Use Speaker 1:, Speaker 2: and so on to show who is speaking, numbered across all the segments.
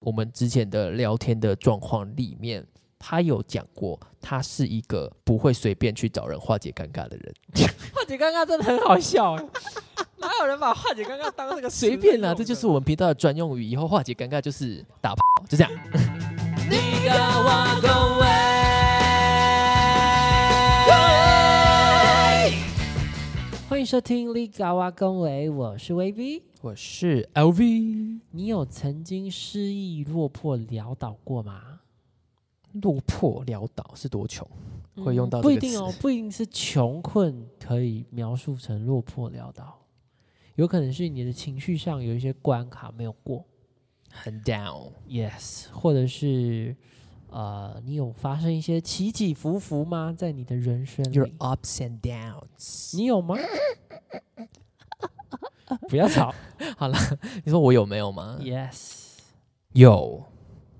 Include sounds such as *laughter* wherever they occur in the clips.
Speaker 1: 我们之前的聊天的状况里面，他有讲过，他是一个不会随便去找人化解尴尬的人，
Speaker 2: 化解尴尬真的很好笑哎， *laughs* 哪有人把化解尴尬当这个词
Speaker 1: 随便啦，
Speaker 2: 用
Speaker 1: 这就
Speaker 2: 的
Speaker 1: 是我们频道的专用语。以后化解尴尬就是打炮，就这样。
Speaker 2: 你跟我恭维。欢迎收听《立嘎哇恭维》，我是威 B。
Speaker 1: 我是 LV，
Speaker 2: 你有曾经失意落魄潦倒过吗？
Speaker 1: 落魄潦倒是多穷？嗯会用到
Speaker 2: 不
Speaker 1: 这
Speaker 2: 一
Speaker 1: 个
Speaker 2: 定哦
Speaker 1: 词，
Speaker 2: 不一定是穷困可以描述成落魄潦倒，有可能是你的情绪上有一些关卡没有过
Speaker 1: 很 down。
Speaker 2: ，yes，或者是呃，你有发生一些起起伏伏吗？在你的人生里
Speaker 1: Your ups and downs。
Speaker 2: 你
Speaker 1: *laughs*
Speaker 2: 有吗？不要吵。
Speaker 1: 你说我有没有吗
Speaker 2: Yes。
Speaker 1: 有。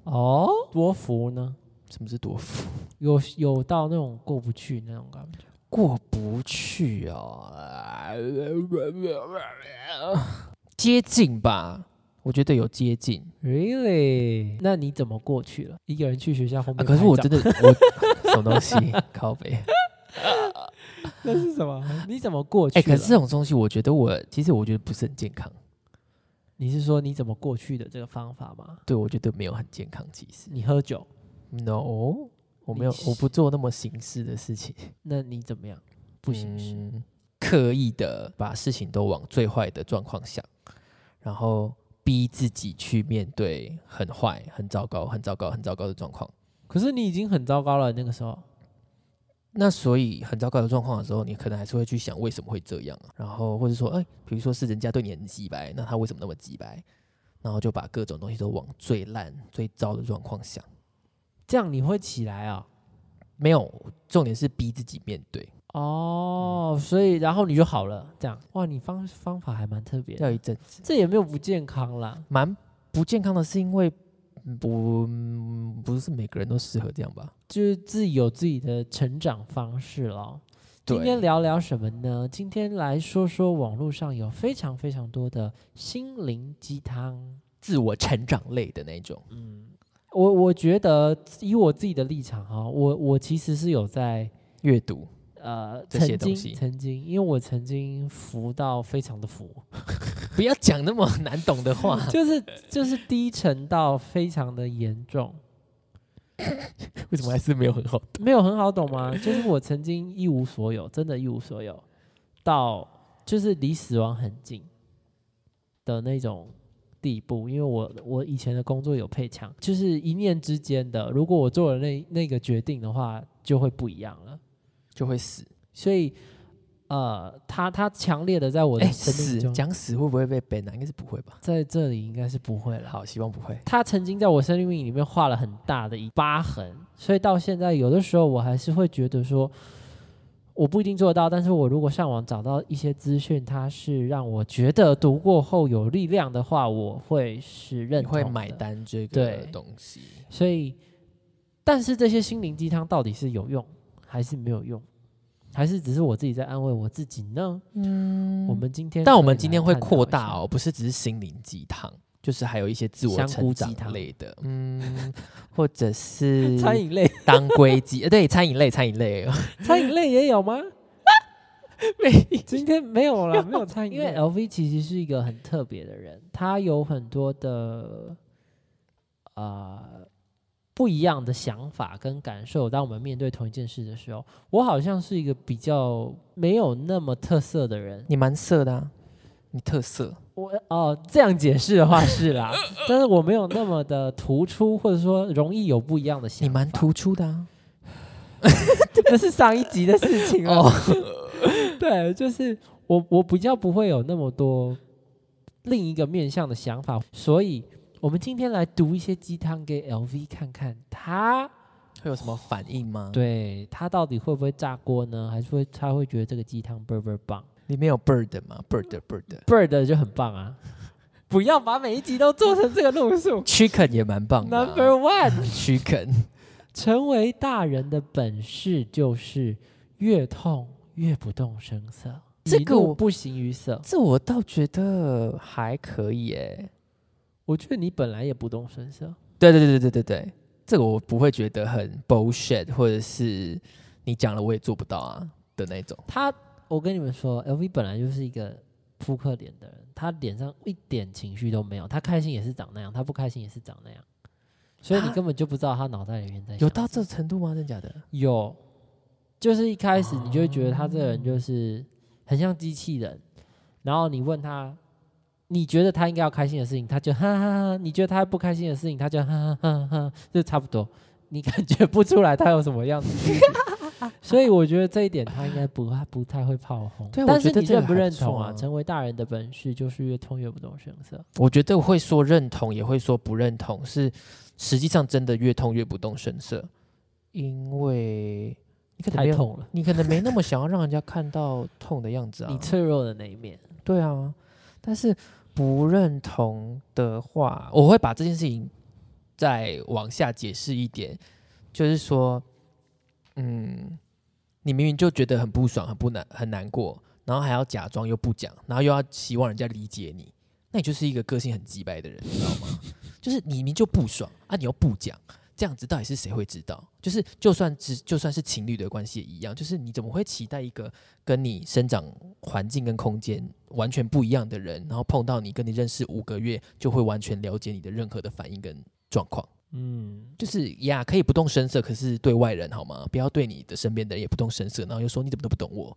Speaker 2: 哦，多福呢？
Speaker 1: 什么是多福？
Speaker 2: 有有到那种过不去那种感觉。
Speaker 1: 过不去哦，接近吧，我觉得有接近。
Speaker 2: Really？那你怎么过去了？一个人去学校后面
Speaker 1: 啊、
Speaker 2: 拍照、
Speaker 1: 可是我真的，
Speaker 2: *laughs*
Speaker 1: 我什么东西靠背？
Speaker 2: 那是什么？你怎么过去
Speaker 1: 哎、
Speaker 2: 了？
Speaker 1: 可是这种东西，我觉得我其实我觉得不是很健康。
Speaker 2: 你是说你怎么过去的这个方法吗？
Speaker 1: 对，我觉得没有很健康。其实
Speaker 2: 你喝酒，
Speaker 1: ，no，我没有
Speaker 2: 你，是
Speaker 1: 我不做那么形式的事情，
Speaker 2: 那你怎么样？不行事。
Speaker 1: 嗯刻意的把事情都往最坏的状况想，然后逼自己去面对很坏、很糟糕、很糟糕、很糟糕的状况。
Speaker 2: 可是你已经很糟糕了，那个时候。
Speaker 1: 那所以很糟糕的状况的时候，你可能还是会去想为什么会这样啊，然后或者说，哎、比如说是人家对你很鸡白，那他为什么那么鸡白？然后就把各种东西都往最烂、最糟的状况想。
Speaker 2: 这样你会起来啊、
Speaker 1: 没有，重点是逼自己面对，
Speaker 2: 哦，所以然后你就好了，这样哇，你方方法还蛮特别
Speaker 1: 要
Speaker 2: 的，
Speaker 1: 一阵子。
Speaker 2: 这也没有不健康啦。
Speaker 1: 蛮不健康的是因为嗯不嗯不是每个人都适合这样吧？
Speaker 2: 就是自己有自己的成长方式咯。今天
Speaker 1: 对
Speaker 2: 聊聊什么呢？今天来说说网络上有非常非常多的心灵鸡汤。
Speaker 1: 自我成长类的那种，
Speaker 2: 我我觉得以我自己的立场哈，我我其实是有在
Speaker 1: 阅读
Speaker 2: 呃
Speaker 1: 这
Speaker 2: 曾
Speaker 1: 些东
Speaker 2: 经
Speaker 1: 西
Speaker 2: 曾经，因为我曾经浮到非常
Speaker 1: *laughs*
Speaker 2: 的浮，。
Speaker 1: 不要讲那么难懂的话
Speaker 2: 就是就是低沉到非常的严重。
Speaker 1: 为什么还是没有很好？
Speaker 2: 没有很好懂吗？就是我曾经一无所有，真的一无所有，到就是离死亡很近的那种地步。因为我我以前的工作有配枪，就是一念之间的，如果我做了那那个决定的话，就会不一样了。
Speaker 1: 就会死？
Speaker 2: 所以，呃，他他强烈的在我
Speaker 1: 哎、
Speaker 2: 的生命
Speaker 1: 死
Speaker 2: 中，
Speaker 1: 讲死会不会被 ban 啊？应该是不会吧？
Speaker 2: 在这里应该是不会了。
Speaker 1: 好，哦希望不会。
Speaker 2: 他曾经在我生命里面画了很大的一疤痕，所以到现在有的时候我还是会觉得说，我不一定做得到，但是我如果上网找到一些资讯，它是让我觉得读过后有力量的话，我会是
Speaker 1: 你
Speaker 2: 认同的
Speaker 1: 会买。单这个
Speaker 2: 对
Speaker 1: 东西，
Speaker 2: 所以，但是这些心灵鸡汤到底是有用还是没有用，还是只是我自己在安慰我自己呢？嗯，我们今天
Speaker 1: 但我
Speaker 2: 可以
Speaker 1: 们今天
Speaker 2: 来
Speaker 1: 会
Speaker 2: 探讨
Speaker 1: 扩
Speaker 2: 一
Speaker 1: 大
Speaker 2: 下
Speaker 1: 哦，不是只是心灵鸡汤，就是还有一些自我
Speaker 2: 香菇
Speaker 1: 成长
Speaker 2: 鸡汤
Speaker 1: 类的，嗯，或者是 *laughs*
Speaker 2: 餐饮类，
Speaker 1: 当归鸡，呃对，餐饮类，餐饮类， *laughs*
Speaker 2: *laughs* 餐饮类也有吗？没，今天没有 *laughs* 了，没有餐饮。因为 LV 其实是一个很特别的人，他有很多的呃不一样的想法跟感受。当我们面对同一件事的时候，我好像是一个比较没有那么特色的人。
Speaker 1: 你蛮色的、啊，你特色，
Speaker 2: 我哦，这样解释的话是啦， *laughs* 但是我没有那么的突出，或者说容易有不一样的想法。
Speaker 1: 你蛮突出的、啊，
Speaker 2: *laughs* 那是上一集的事情了。
Speaker 1: 哦
Speaker 2: *laughs* 对，就是我我比较不会有那么多另一个面向的想法，所以我们今天来读一些鸡汤给 LV 看看他，
Speaker 1: 会有什么反应吗？，
Speaker 2: 对他到底会不会炸锅呢？还是会他会觉得这个鸡汤倍儿倍儿棒
Speaker 1: 里面有 bird 吗？bird bird。
Speaker 2: ，bird 就很棒啊！ *laughs* 不要把每一集都做成这个路数
Speaker 1: Chicken 也蛮棒的、啊、
Speaker 2: ，Number One。
Speaker 1: Chicken
Speaker 2: 成为大人的本事就是越痛越不动声色，
Speaker 1: 这个
Speaker 2: 一怒
Speaker 1: 我
Speaker 2: 不形于色。
Speaker 1: 这我倒觉得还可以诶、
Speaker 2: 我觉得你本来也不动声色，
Speaker 1: 对对对对对对对，这个我不会觉得很 bullshit，或者是你讲了我也做不到啊的那种。
Speaker 2: 他，我跟你们说，LV 本来就是一个扑克脸的人，他脸上一点情绪都没有，他开心也是长那样，他不开心也是长那样，所以你
Speaker 1: 啊
Speaker 2: 根本就不知道他脑袋里面在
Speaker 1: 有
Speaker 2: 想
Speaker 1: 到
Speaker 2: 什
Speaker 1: 这
Speaker 2: 么
Speaker 1: 程度吗？真假的？
Speaker 2: 有，就是一开始你就会觉得他这个人就是很像机器人，然后你问他，你觉得他应该要开心的事情，他就哈哈哈；你觉得他不开心的事情，他就哈哈哈哈，就差不多。你感觉不出来他有什么样子，所以我觉得这一点他应该不他不太会炮轰。
Speaker 1: 对啊我
Speaker 2: 但
Speaker 1: 觉
Speaker 2: 是
Speaker 1: 得
Speaker 2: 你
Speaker 1: 这个
Speaker 2: 认不
Speaker 1: 还
Speaker 2: 认
Speaker 1: 不错
Speaker 2: 同啊？
Speaker 1: 啊
Speaker 2: 成为大人的本事就是越痛越不动声色。
Speaker 1: 我觉得我会说认同，也会说不认同，是实际上真的越痛越不动声色，因为你可能没
Speaker 2: 太
Speaker 1: 有，
Speaker 2: 痛了，
Speaker 1: 你可能没那么想要让人家看到痛的样子啊
Speaker 2: 你。脆弱的那一面，
Speaker 1: 对啊，但是不认同的话，我会把这件事情再往下解释一点，就是说，嗯，你明明就觉得很不爽、很不难、很难过，然后还要假装又不讲，然后又要希望人家理解你，那你就是一个个性很鸡掰的人，你知道吗？ *laughs* 就是你明明就不爽啊，你又不讲。这样子到底是谁会知道？就是就算只就算是情侣的关系也一样，就是你怎么会期待一个跟你生长环境跟空间完全不一样的人，然后碰到你跟你认识五个月，就会完全了解你的任何的反应跟状况。
Speaker 2: 嗯，
Speaker 1: 就是呀，可以不动声色，可是对外人好吗？不要对你的身边的人也不动声色，然后又说你怎么都不懂我，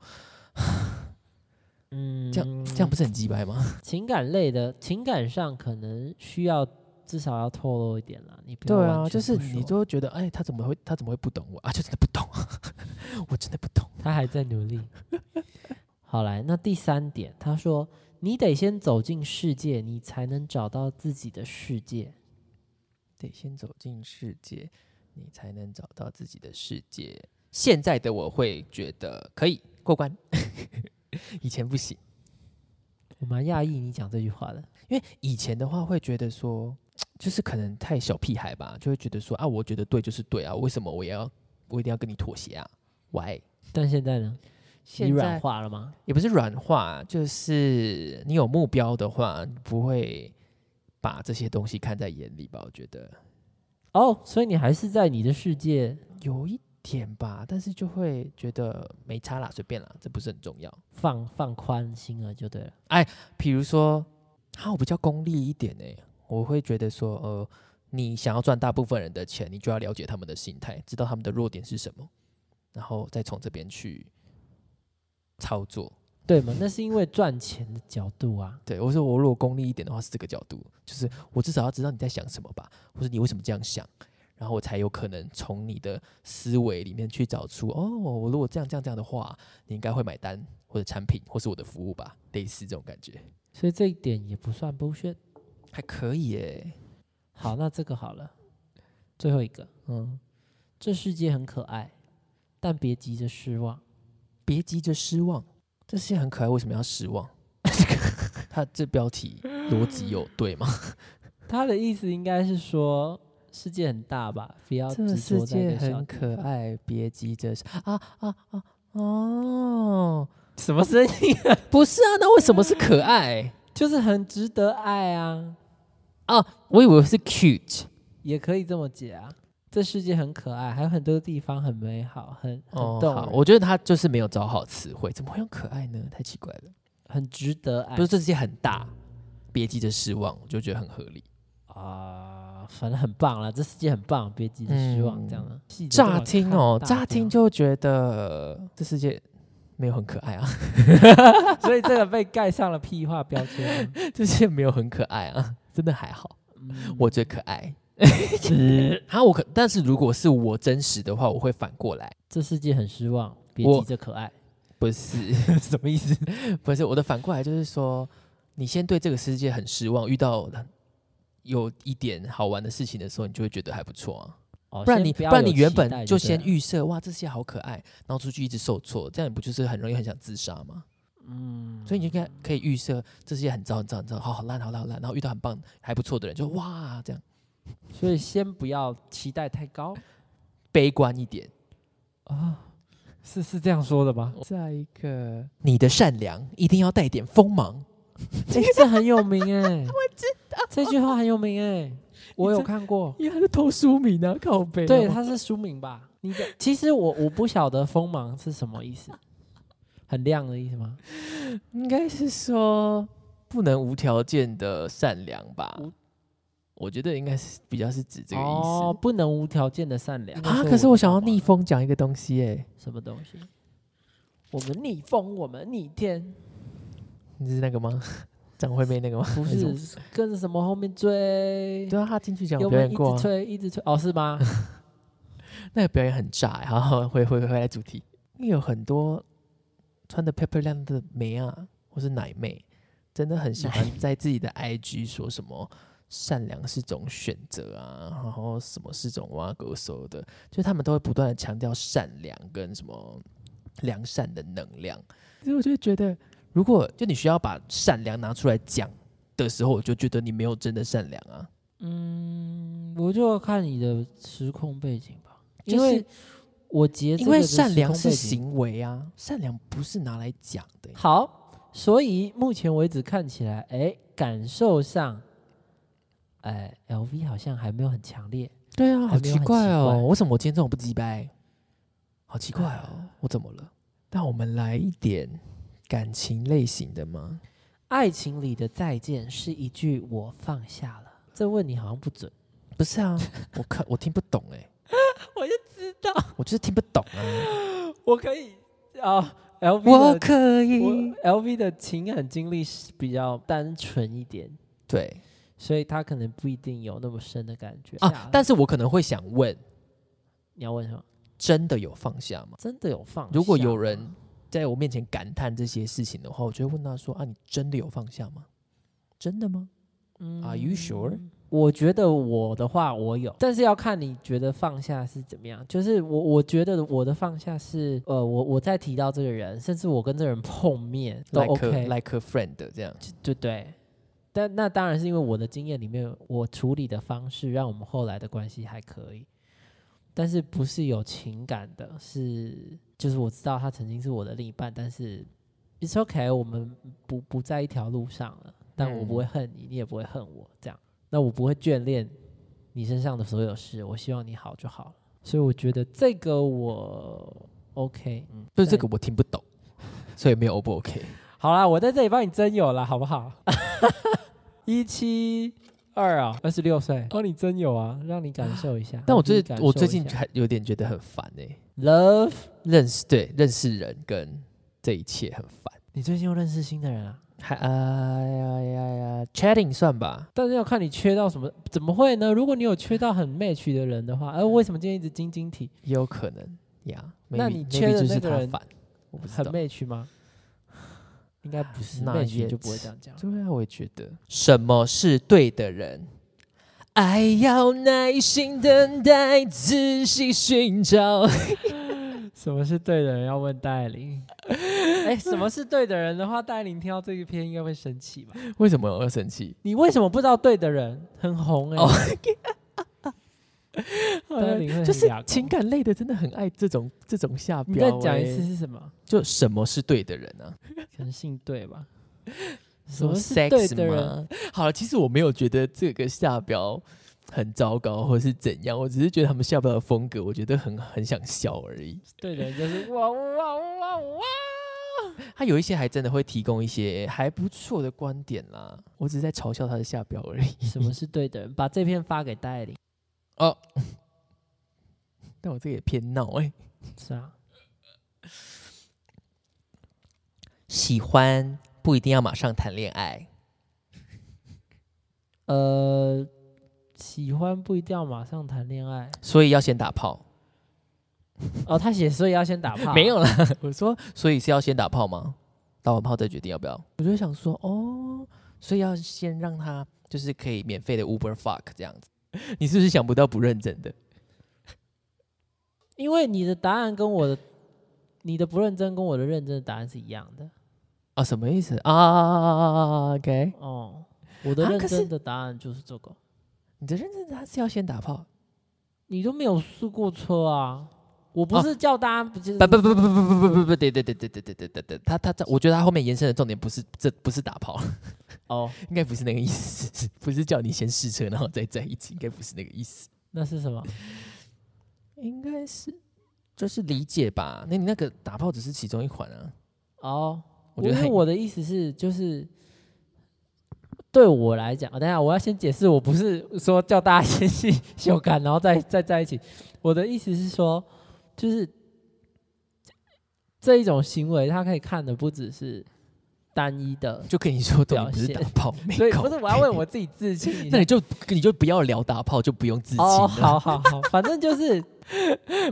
Speaker 2: 嗯，
Speaker 1: 这样不是很鸡掰吗？
Speaker 2: 情感类的情感上可能需要至少要透露一点啦，你不要
Speaker 1: 对
Speaker 2: 完
Speaker 1: 啊，
Speaker 2: 全
Speaker 1: 就是
Speaker 2: 不
Speaker 1: 你
Speaker 2: 说
Speaker 1: 就会觉得，哎，他怎么会他怎么会不懂我啊？就真的不懂， *laughs* 我真的不懂。
Speaker 2: 他还在努力。 *laughs* 好来，那第三点，他说你得先走进世界，你才能找到自己的世界。
Speaker 1: 得先走进世界，你才能找到自己的世界。现在的我会觉得可以过关， *laughs* 以前不行。
Speaker 2: 我蛮讶异你讲这句话的，
Speaker 1: 因为以前的话会觉得说，就是可能太小屁孩吧，就会觉得说啊，我觉得对就是对啊，为什么我也要我一定要跟你妥协啊？Why？
Speaker 2: 但现在呢？你
Speaker 1: 现
Speaker 2: 软
Speaker 1: 在
Speaker 2: 化了吗？
Speaker 1: 也不是软化，就是你有目标的话，你不会把这些东西看在眼里吧？我觉得
Speaker 2: 哦，所以你还是在你的世界
Speaker 1: 有一点吧，但是就会觉得没差啦，随便啦，这不是很重要。
Speaker 2: 放放宽心了就对了。
Speaker 1: 比如说，啊，我比较功利一点哎、我会觉得说，呃，你想要赚大部分人的钱，你就要了解他们的心态，知道他们的弱点是什么，然后再从这边去操作。
Speaker 2: 对嘛？那是因为赚钱的角度啊。
Speaker 1: 对我说，我如果功利一点的话，是这个角度，就是我至少要知道你在想什么吧，或者你为什么这样想，然后我才有可能从你的思维里面去找出，哦，我如果这样这样这样的话，你应该会买单或者产品或是我的服务吧，类似这种感觉，
Speaker 2: 所以这一点也不算 bullshit。
Speaker 1: 还可以耶、欸
Speaker 2: 好，那这个好了，最后一个，
Speaker 1: 嗯。
Speaker 2: 这世界很可爱，但别急着失望。
Speaker 1: 别急着失望，这些很可爱，为什么要失 *laughs* 望？他这标题逻辑有对 *laughs* 吗？
Speaker 2: 他的意思应该是说，世界很大吧，不要
Speaker 1: 这
Speaker 2: 执
Speaker 1: 世
Speaker 2: 着在一
Speaker 1: 界
Speaker 2: 个小
Speaker 1: 很
Speaker 2: 地
Speaker 1: 可
Speaker 2: 方。
Speaker 1: 爱，别急着失啊啊啊哦，
Speaker 2: 什么声音？ *laughs*
Speaker 1: 不是啊，那为什么是可爱
Speaker 2: 就是很值得爱啊，
Speaker 1: *laughs* 啊？我以为是 cute
Speaker 2: 也可以这么解啊。这世界很可爱，还有很多地方很美好，很很
Speaker 1: 哦。
Speaker 2: 动
Speaker 1: 好
Speaker 2: 人，
Speaker 1: 我觉得他就是没有找好词汇，怎么会用可爱呢？太奇怪了。
Speaker 2: 很值得爱。
Speaker 1: 不是这些很大，别急着失望，我就觉得很合理。
Speaker 2: 啊、反正很棒啦，这世界很棒，别急着失望。
Speaker 1: 嗯
Speaker 2: 这样啊，细节都有
Speaker 1: 乍听哦，
Speaker 2: 看大
Speaker 1: 乍听
Speaker 2: 标，
Speaker 1: 就觉得呃这世界没有很可爱啊，
Speaker 2: 所以这个被盖上了屁话标签啊。 *laughs*
Speaker 1: 这世界没有很可爱啊，真的还好。
Speaker 2: 嗯
Speaker 1: 我最可爱。啊，我可，但是如果是我真实的话，我会反过来，
Speaker 2: 这世界很失望，别
Speaker 1: 我
Speaker 2: 急着可爱，
Speaker 1: 不是， *laughs*
Speaker 2: 什么意思？
Speaker 1: 不是，我的反过来就是说，你先对这个世界很失望，遇到了有一点好玩的事情的时候，你就会觉得还不错啊。
Speaker 2: 哦
Speaker 1: 不然
Speaker 2: 先
Speaker 1: 你，
Speaker 2: 不
Speaker 1: 不
Speaker 2: 要
Speaker 1: 然
Speaker 2: 有
Speaker 1: 你原
Speaker 2: 期待
Speaker 1: 本就
Speaker 2: 对了
Speaker 1: 先预设，哇，这些好可爱，然后出去一直受挫，这样你不就是很容易很想自杀吗？嗯，所以你就应该可以预设这些很糟很糟很糟，好好烂好烂好烂，然后遇到很棒还不错的人，就哇这样
Speaker 2: 所以先不要期待太高
Speaker 1: 悲观一点。
Speaker 2: 啊，是是这样说的吗？
Speaker 1: 再一个，你的善良一定要带点锋芒。 *laughs*
Speaker 2: 哎，这很有名哎，我知这句话很有名哎、我有看过。
Speaker 1: 因为他是偷书名啊，靠背、
Speaker 2: 对，，它是书名吧？你
Speaker 1: *laughs*
Speaker 2: 的其实我我不晓得锋芒是什么意思，很亮的意思吗？
Speaker 1: 应该是说不能无条件的善良吧
Speaker 2: 无。
Speaker 1: 我觉得应该是比较是指这个意思。
Speaker 2: 哦，不能无条件的善良
Speaker 1: 啊！可是我想要逆
Speaker 2: 逆
Speaker 1: 风讲一个东西、哎，
Speaker 2: 什么东西？我们逆风，我们逆天，
Speaker 1: 你是那个吗？ *laughs* 张惠妹那个吗？
Speaker 2: 不
Speaker 1: 还什么
Speaker 2: 是跟着什么后面追？
Speaker 1: 对啊，她进去讲
Speaker 2: 有
Speaker 1: 表
Speaker 2: 没有
Speaker 1: 演
Speaker 2: 一
Speaker 1: 过、
Speaker 2: 直
Speaker 1: 啊，
Speaker 2: 吹，一直吹？哦，是吗？
Speaker 1: 那个表演很炸、欸。好 *laughs* 好，回回回来主题，因为有很多穿的漂漂亮亮的妹啊，或是奶妹，真的很喜欢在自己的 IG 说什么善良是种选择啊，然后什么是种挖狗手的，就是他们都会不断的强调善良跟什么良善的能量。所以我就会觉得，如果就你需要把善良拿出来讲的时候，我就觉得你没有真的善良啊。
Speaker 2: 嗯，我就要看你的时空背景吧，
Speaker 1: 就
Speaker 2: 因为
Speaker 1: 是
Speaker 2: 我截这
Speaker 1: 因
Speaker 2: 个
Speaker 1: 为
Speaker 2: 的
Speaker 1: 善
Speaker 2: 时
Speaker 1: 良
Speaker 2: 空
Speaker 1: 是
Speaker 2: 背景
Speaker 1: 行为啊，善良不是拿来讲的、欸
Speaker 2: 好，所以目前为止看起来，哎，感受上，哎，LV 好像还没有很强烈。
Speaker 1: 对啊，好
Speaker 2: 还没有
Speaker 1: 奇
Speaker 2: 很
Speaker 1: 怪
Speaker 2: 奇怪
Speaker 1: 哦，为什么我今天这种不鸡掰？好奇怪哦，我怎么了？那我们来一点感情类型的吗？
Speaker 2: 爱情里的再见是一句“我放下了”，这问你好像不准。
Speaker 1: 不是
Speaker 2: *laughs*
Speaker 1: 啊，我看我听不懂哎、
Speaker 2: 我就知道，
Speaker 1: 我就是听不懂啊。
Speaker 2: 我可以啊、l v
Speaker 1: 我
Speaker 2: 的
Speaker 1: 可以，
Speaker 2: 我 LV 的情感经历是比较单纯一点，
Speaker 1: 对
Speaker 2: 所以他可能不一定有那么深的感觉
Speaker 1: 啊，但是我可能会想问，
Speaker 2: 你要问什么？
Speaker 1: 真的有放下吗？
Speaker 2: 真的有放下吗？
Speaker 1: 如果有人在我面前感叹这些事情的话，我就会问他说啊，你真的有放下吗？真的吗？Are
Speaker 2: 嗯
Speaker 1: you sure？
Speaker 2: 我觉得我的话我有，但是要看你觉得放下是怎么样。就是我我觉得我的放下是，呃，我我再提到这个人，甚至我跟这个人碰面都
Speaker 1: like
Speaker 2: 哦
Speaker 1: a,
Speaker 2: OK，
Speaker 1: like a friend 这样。
Speaker 2: 对对。但那当然是因为我的经验里面，我处理的方式让我们后来的关系还可以，但是不是有情感的，是就是我知道他曾经是我的另一半，但是 it's OK，我们不不在一条路上了，但我不会恨你，你也不会恨我，这样，那我不会眷恋你身上的所有事，我希望你好就好了。所以我觉得这个我 OK，
Speaker 1: 不是
Speaker 2: 对
Speaker 1: 这个我听不懂，
Speaker 2: *laughs*
Speaker 1: 所以没有 O 不 OK。
Speaker 2: 好啦，我在这里帮你真有啦，好不好？ *laughs* 一七二啊，二十六岁，帮你真有啊，让你感受一下。
Speaker 1: 但我
Speaker 2: 让
Speaker 1: 最
Speaker 2: 你感受
Speaker 1: 我最近
Speaker 2: 一下
Speaker 1: 还有点觉得很烦哎、
Speaker 2: love，
Speaker 1: 认识对认识人跟这一切很烦。
Speaker 2: 你最近又认识新的人啊？
Speaker 1: 还哎呀呀呀，chatting 算吧，
Speaker 2: 但是要看你缺到什么，怎么会呢？如果你有缺到很 match 的人的话，哎、为什么今天一直晶晶体
Speaker 1: 也有可能呀。
Speaker 2: 那
Speaker 1: maybe-
Speaker 2: 你
Speaker 1: maybe
Speaker 2: 缺的
Speaker 1: 就是
Speaker 2: 那个
Speaker 1: 他
Speaker 2: 人
Speaker 1: 烦，我不知
Speaker 2: 很
Speaker 1: 道。
Speaker 2: match 吗？应该不是
Speaker 1: 那也
Speaker 2: match 就不会这样讲。
Speaker 1: 对啊，我也觉得。什么是对的人？爱要耐心等待，仔细寻
Speaker 2: *laughs*
Speaker 1: 找。
Speaker 2: 什么是对的人要问戴琳？
Speaker 1: *laughs*
Speaker 2: 哎、什么是对的人的话，戴琳听到这一篇应该会生气吧？
Speaker 1: 为什么我要生气？
Speaker 2: 你为什么不知道对的人很红哎、 *laughs*
Speaker 1: 哦
Speaker 2: 戴哦琳会很
Speaker 1: 就是
Speaker 2: 哑口
Speaker 1: 情感类的，真的很爱这种这种下
Speaker 2: 你
Speaker 1: 标、
Speaker 2: 再
Speaker 1: 欸。
Speaker 2: 讲一次，是什么？
Speaker 1: 就什么是对的人啊？
Speaker 2: 可能姓对吧？什
Speaker 1: 什
Speaker 2: 么
Speaker 1: 么
Speaker 2: 是对
Speaker 1: sex
Speaker 2: 的人？
Speaker 1: 吗？好了，其实我没有觉得这个下标很糟糕，或是怎样，我只是觉得他们下标的风格，我觉得很很想笑而已。
Speaker 2: 对的人就是 *laughs* 哇哇哇哇！
Speaker 1: 他有一些还真的会提供一些还不错的观点啦，我只是在嘲笑他的下标而已。 *laughs*
Speaker 2: 什么是对的人？把这篇发给戴琳，
Speaker 1: 哦，但我这个也偏闹哎、
Speaker 2: 是啊，
Speaker 1: 喜欢不一定要马上谈恋爱，
Speaker 2: 呃，喜欢不一定要马上谈恋爱
Speaker 1: 所以要先打炮。
Speaker 2: 哦。他写所以要先打炮，
Speaker 1: 没有啦，我说，所以是要先打炮吗？打完炮再决定要不要？我就想说，哦，所以要先让他就是可以免费的 Uber fuck 这样子。你是不是想不到不认真的？
Speaker 2: 因为你的答案跟我的，你的不认真跟我的认真的答案是一样的
Speaker 1: 啊，什么意思啊？OK，
Speaker 2: 哦。我的
Speaker 1: 啊
Speaker 2: 认
Speaker 1: 可是
Speaker 2: 真的答案就是这个，
Speaker 1: 你的认真他是要先打炮，
Speaker 2: 你都没有试过车啊？我不是叫大家不就是
Speaker 1: 哦不不不不不不不不不，对对对对对对对对对，他他在，我觉得他后面延伸的重点不是这不是打炮，
Speaker 2: 哦，
Speaker 1: 应该不是那个意思，不是叫你先试车然后再在一起，应该不是那个意思，
Speaker 2: 那是什么？
Speaker 1: 应该是就是理解吧？那你那个打炮只是其中一环啊，
Speaker 2: 哦，
Speaker 1: 我觉得
Speaker 2: 因为
Speaker 1: 很
Speaker 2: 我的意思是，就是对我来讲，啊等一下我要先解释，我不是说叫大家先去 *laughs* 修改，然后再再在一起。我的意思是说，就是这一种行为，它可以看的不只是单一
Speaker 1: *laughs*
Speaker 2: 的，
Speaker 1: 就跟你说重点不是
Speaker 2: 表
Speaker 1: 打
Speaker 2: 现
Speaker 1: 炮，没
Speaker 2: 所以
Speaker 1: 搞
Speaker 2: 不是我要为我自己自清一
Speaker 1: *laughs* 那
Speaker 2: 下
Speaker 1: 你。就你就不要聊打炮，就不用自清
Speaker 2: 哦，
Speaker 1: 了。 *laughs*
Speaker 2: 好好好，反正就是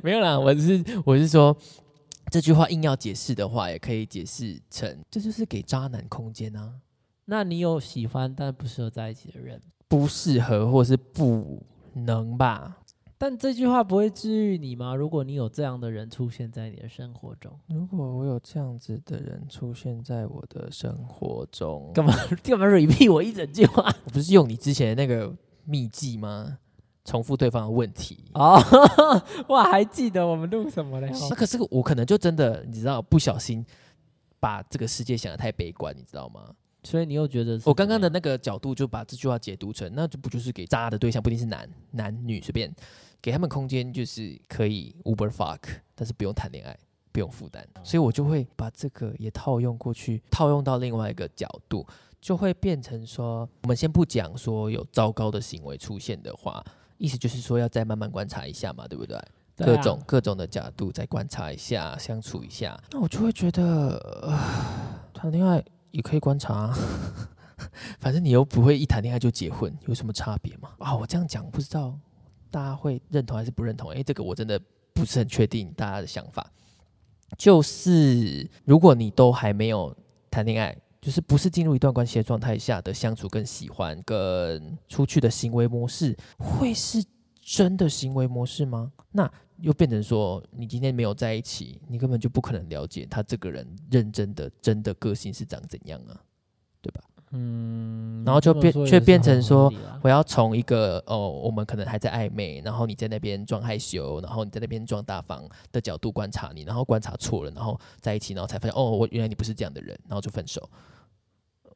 Speaker 1: 没有啦，我只是我是说这句话硬要解释的话，也可以解释成这就是给渣男空间啊，
Speaker 2: 那你有喜欢但不适合在一起的人，
Speaker 1: 不适合或是不能吧？
Speaker 2: 但这句话不会治愈你吗？如果你有这样的人出现在你的生活中， *laughs*
Speaker 1: 如果我有这样子的人出现在我的生活中，
Speaker 2: 干嘛干嘛 repeat 我一整句话？ *laughs*
Speaker 1: 我不是用你之前的那个秘技吗？重复对方的问题。
Speaker 2: 哦，哇，还记得我们录什么嘞？哦
Speaker 1: 那可是我可能就真的，你知道，不小心把这个世界想得太悲观，你知道吗？
Speaker 2: 所以你又觉得是
Speaker 1: 我刚刚的
Speaker 2: 怎么
Speaker 1: 那个角度就把这句话解读成，那就不就是给渣的对象不一定是男男女随便，给他们空间就是可以 Uber fuck，但是不用谈恋爱，不用负担，所以我就会把这个也套用过去，套用到另外一个角度，就会变成说，我们先不讲说有糟糕的行为出现的话，意思就是说要再慢慢观察一下嘛，对不对？
Speaker 2: 样
Speaker 1: 各
Speaker 2: 对啊
Speaker 1: 种各种的角度再观察一下，相处一下，那我就会觉得，呃谈恋爱也可以观察啊、 *laughs* 反正你又不会一谈恋爱就结婚，有什么差别吗？啊，我这样讲不知道大家会认同还是不认同？诶，这个我真的不是很确定大家的想法。就是如果你都还没有谈恋爱，就是不是进入一段关系的状态下的相处跟喜欢跟出去的行为模式，会是真的行为模式吗？那又变成说，你今天没有在一起，你根本就不可能了解他这个人认真的真的个性是长怎样啊，对吧？
Speaker 2: 嗯
Speaker 1: 然后就
Speaker 2: 这么
Speaker 1: 变
Speaker 2: 说也
Speaker 1: 却
Speaker 2: 是
Speaker 1: 变
Speaker 2: 很
Speaker 1: 成
Speaker 2: 合
Speaker 1: 说
Speaker 2: 理啦
Speaker 1: 我要从一个哦，我们可能还在暧昧，然后你在那边装害羞，然后你在那边装大方的角度观察你，然后观察错了，然后在一起，然后才发现哦，我原来你不是这样的人，然后就分手。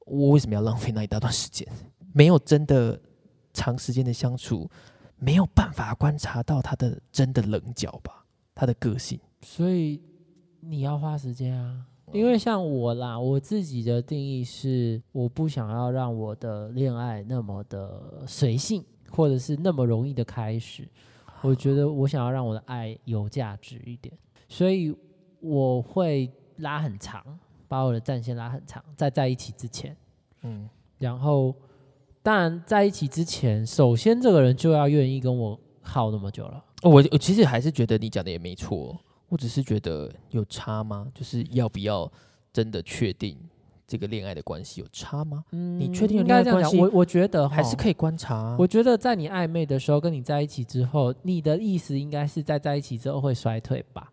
Speaker 1: 我为什么要浪费那一大段时间？没有真的长时间的相处，没有办法观察到他的真的棱角吧，他的个性。
Speaker 2: 所以你要花时间啊。因为像我啦，我自己的定义是，我不想要让我的恋爱那么的随性，或者是那么容易的开始。我觉得我想要让我的爱有价值一点，所以我会拉很长，把我的战线拉很长，在在一起之前，
Speaker 1: 嗯，
Speaker 2: 然后当然在一起之前，首先这个人就要愿意跟我耗那么久了。
Speaker 1: 哦我我其实还是觉得你讲的也没错，我只是觉得有差吗？就是要不要真的确定这个恋爱的关系有差吗？
Speaker 2: 嗯
Speaker 1: 你确定有
Speaker 2: 应该这
Speaker 1: 恋爱
Speaker 2: 样讲？
Speaker 1: 关系
Speaker 2: 我我觉得
Speaker 1: 还是
Speaker 2: 齁
Speaker 1: 可以观察啊、
Speaker 2: 我觉得在你暧昧的时候跟你在一起之后，你的意思应该是在在一起之后会衰退吧？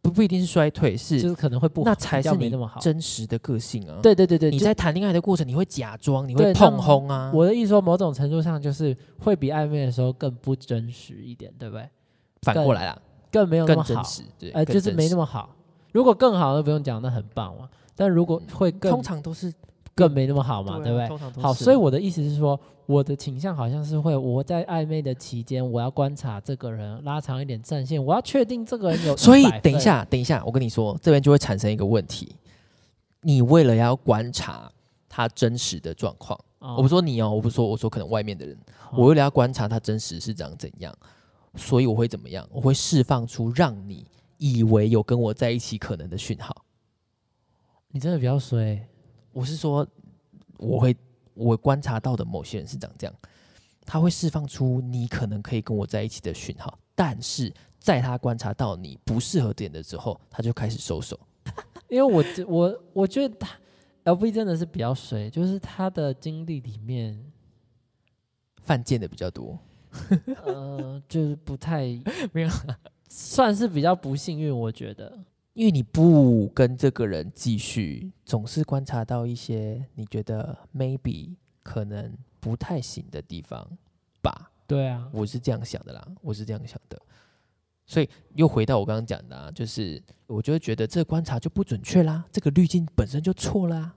Speaker 1: 不不一定是衰退，
Speaker 2: 就是是可能会不好
Speaker 1: 那才
Speaker 2: 比较
Speaker 1: 是
Speaker 2: 没
Speaker 1: 你
Speaker 2: 那么好。
Speaker 1: 真实的个性啊。，
Speaker 2: 对对对对，
Speaker 1: 你
Speaker 2: 就
Speaker 1: 在谈恋爱的过程，你会假装，你
Speaker 2: 对
Speaker 1: 会
Speaker 2: 那
Speaker 1: 碰轰啊。
Speaker 2: 我的意思说，某种程度上就是会比暧昧的时候更不真实一点，对不对？
Speaker 1: 反过来啦，
Speaker 2: 更没有那
Speaker 1: 更
Speaker 2: 么
Speaker 1: 真
Speaker 2: 好，
Speaker 1: 实，对，
Speaker 2: 呃，就是没那
Speaker 1: 么。
Speaker 2: 么好。如果更好，那不用讲，那很棒嘛。但如果会更
Speaker 1: 通常都是啊
Speaker 2: 更没那么好嘛，对不对？
Speaker 1: 通常都
Speaker 2: 好，
Speaker 1: 是
Speaker 2: 所以我的意思是说，我的倾向好像是会，我在暧昧的期间，我要观察这个人，拉长一点战线，我要确定这个人有100分。
Speaker 1: 所以等一下，等一下，我跟你说，这边就会产生一个问题。你为了要观察他真实的状况，
Speaker 2: 哦，
Speaker 1: 我不说你哦，哦我不说，我说可能外面的人，
Speaker 2: 好
Speaker 1: 我为了要观察他真实是长怎样，所以我会怎么样？我会释放出让你以为有跟我在一起可能的讯号。
Speaker 2: 你真的比较衰，
Speaker 1: 我是说，我会我观察到的某些人是长这样，他会释放出你可能可以跟我在一起的讯号，但是在他观察到你不适合点的之后，他就开始收手。
Speaker 2: 因为我只我我觉得他 L V 真的是比较衰，就是他的经历里面，
Speaker 1: 犯贱的比较多，
Speaker 2: 呃，就是不 *laughs* 太
Speaker 1: 没有，
Speaker 2: 啊算是比较不幸运，我觉得。
Speaker 1: 因为你不跟这个人继续，总是观察到一些你觉得 maybe 可能不太行的地方吧。
Speaker 2: 对啊，
Speaker 1: 我是这样想的啦，我是这样想的，所以又回到我刚刚讲的、啊，就是我就会觉得这个观察就不准确啦，这个滤镜本身就错啦，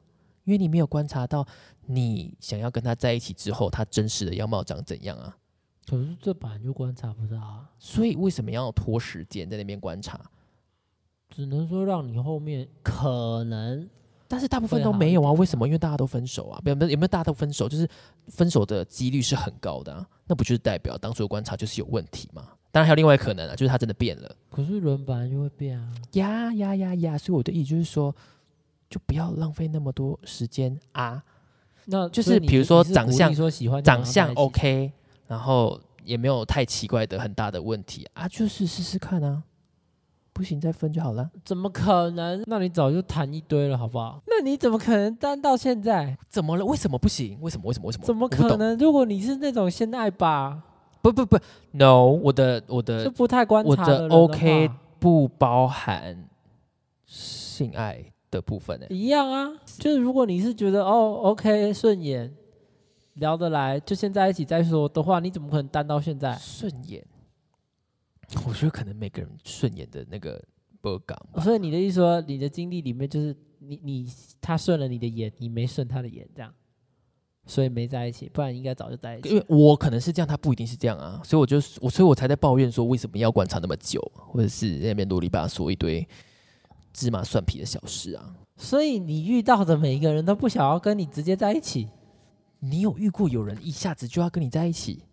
Speaker 1: 因为你没有观察到你想要跟他在一起之后，他真实的样貌长怎样啊。
Speaker 2: 可是这本来就观察不到啊，
Speaker 1: 所以为什么要拖时间在那边观察？
Speaker 2: 只能说让你后面可能
Speaker 1: 但是大部分都没有啊，为什么？因为大家都分手啊，没有没有有没有大家都分手，就是分手的几率是很高的、啊，那不就是代表当初的观察就是有问题吗？当然还有另外一个可能啊，就是他真的变了，
Speaker 2: 可是人本来就会变啊。
Speaker 1: 呀呀呀呀！所以我的意思就是说，就不要浪费那么多时间啊，
Speaker 2: 那
Speaker 1: 就是
Speaker 2: 所以你
Speaker 1: 比如说
Speaker 2: 你是鼓
Speaker 1: 长
Speaker 2: 励
Speaker 1: 相
Speaker 2: 说喜欢
Speaker 1: 长相
Speaker 2: 你要在一起
Speaker 1: OK，然后也没有太奇怪的很大的问题啊，就是试试看啊，不行再分就好了。
Speaker 2: 怎么可能？那你早就谈一堆了，好不好？那你怎么可能单到现在？
Speaker 1: 怎么了？为什么不行？为什么？为什么？为什么？
Speaker 2: 怎么
Speaker 1: 我不
Speaker 2: 可
Speaker 1: 懂？
Speaker 2: 能？如果你是那种现爱吧，
Speaker 1: 不不不，no，我的我
Speaker 2: 就
Speaker 1: 的
Speaker 2: 不太观
Speaker 1: 我
Speaker 2: 察
Speaker 1: 的
Speaker 2: 人话
Speaker 1: OK 不包含性爱的部分呢、欸
Speaker 2: 一样啊。就是如果你是觉得哦 OK 顺眼，聊得来，就先在一起再说的话，你怎么可能单到现在？
Speaker 1: 顺眼，我觉得可能每个人顺眼的那个波感吧。
Speaker 2: 所以你的意思说，你的经历里面就是你你他顺了你的眼，你没顺他的眼，这样，所以没在一起，不然应该早就在一
Speaker 1: 因
Speaker 2: 起。
Speaker 1: 为我可能是这样，他不一定是这样啊，所以我就我所以我才在抱怨说为什么要观察那么久，或者是在那边啰里吧嗦一堆芝麻蒜皮的小事啊。
Speaker 2: 所以你遇到的每一个人都不想要跟你直接在一起，
Speaker 1: 你有遇过有人一下子就要跟你在一起？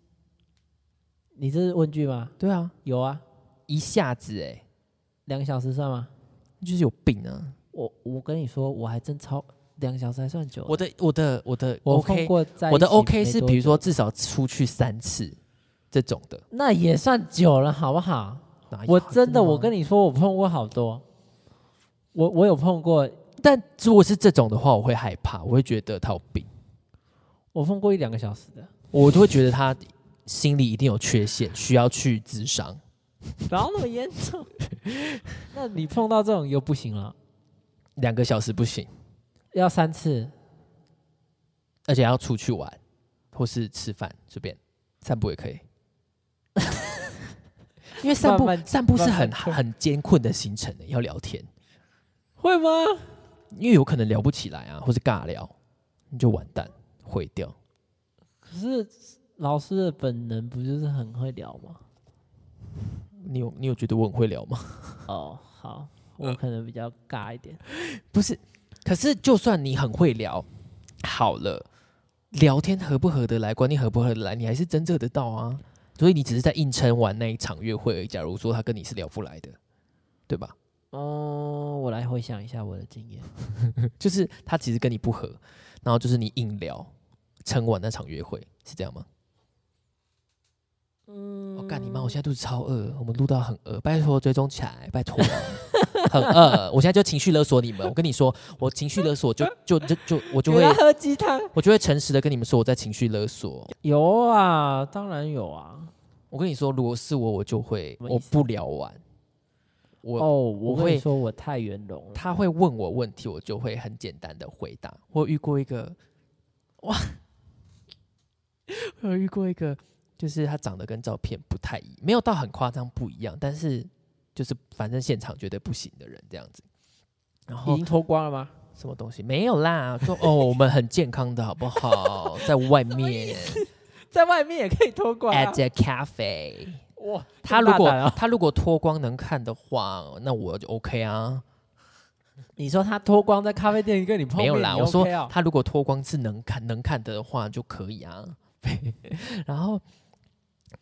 Speaker 2: 你这是问句吗？
Speaker 1: 对啊，
Speaker 2: 有啊，
Speaker 1: 一下子哎、欸，
Speaker 2: 两个小时算吗？
Speaker 1: 就是有病啊！
Speaker 2: 我我跟你说，我还真超两个小时还算久。
Speaker 1: 我的我的我的
Speaker 2: 我
Speaker 1: OK，
Speaker 2: 碰过在一起
Speaker 1: 我的 OK
Speaker 2: 没
Speaker 1: 是
Speaker 2: 多
Speaker 1: 比如
Speaker 2: 久
Speaker 1: 说至少出去三次这种的。
Speaker 2: 那也算久了，好不好？
Speaker 1: 哪有
Speaker 2: 我哎真的，我
Speaker 1: 吗
Speaker 2: 跟你说，我碰过好多，我我有碰过，
Speaker 1: 但如果是这种的话，我会害怕，我会觉得他有病，
Speaker 2: 我碰过一两个小时的，
Speaker 1: 我就会觉得他心里一定有缺陷，需要去治伤。
Speaker 2: 然后那么严重？ *laughs* 那你碰到这种又不行了，
Speaker 1: 两个小时不行，
Speaker 2: 要三次，
Speaker 1: 而且要出去玩或是吃饭，随便散步也可以。 *laughs* 因为散步
Speaker 2: 慢慢
Speaker 1: 散步是很
Speaker 2: 慢慢
Speaker 1: 很艰困的行程的，欸要聊天，
Speaker 2: 会吗？
Speaker 1: 因为有可能聊不起来啊，或是尬聊，你就完蛋，毁掉。
Speaker 2: 可是老师的本能不就是很会聊吗？
Speaker 1: 你有你有觉得我很会聊吗？
Speaker 2: 哦，好，我可能比较尬一点。
Speaker 1: 不是，可是就算你很会聊，好了，聊天合不合得来，观念合不合得来，你还是侦测得到啊。所以你只是在硬撑完那一场约会而已。假如说他跟你是聊不来的，对吧？
Speaker 2: 哦，我来回想一下我的经验。
Speaker 1: 就是他其实跟你不合，然后就是你硬聊，撑完那场约会，是这样吗？
Speaker 2: 嗯，
Speaker 1: 我、干你妈！我现在肚子超饿，我们录到很饿，拜托追踪起来，拜托、很饿。我现在就情绪勒索你
Speaker 2: *laughs*
Speaker 1: 们，我跟你说，我情绪勒索就就就就我就
Speaker 2: 有
Speaker 1: 会
Speaker 2: 要喝鸡汤。
Speaker 1: 我就会诚实的跟你们说我在情绪勒索。
Speaker 2: 有啊，当然有啊。
Speaker 1: 我跟你说，如果是我，我就会
Speaker 2: 什么意
Speaker 1: 我
Speaker 2: 思
Speaker 1: 不聊完，我、
Speaker 2: 哦，我跟
Speaker 1: 会
Speaker 2: 你说，我太圆融了。
Speaker 1: 他会问我问题，我就会很简单的回答。我有遇过一个，哇，我有遇过一个，就是他长得跟照片不太一，没有到很夸张不一样，但是就是反正现场绝对不行的人这样子。然后
Speaker 2: 已经脱光了吗？
Speaker 1: 什么东西没有啦？说哦，我们很健康的好不好？在外面
Speaker 2: 在外面也可以脱光、啊
Speaker 1: at。the cafe。
Speaker 2: 哇，
Speaker 1: 他
Speaker 2: 这
Speaker 1: 如
Speaker 2: 么大
Speaker 1: 果、
Speaker 2: *laughs* 胆啊
Speaker 1: 他如果脱光能看的话，那我就 OK 啊。
Speaker 2: 你说他脱光在咖啡店跟你碰
Speaker 1: 没
Speaker 2: 面，
Speaker 1: 有啦，
Speaker 2: 你
Speaker 1: 我
Speaker 2: OK
Speaker 1: 说
Speaker 2: 哦
Speaker 1: 他如果脱光是能看能看的话就可以啊。 *laughs* 然后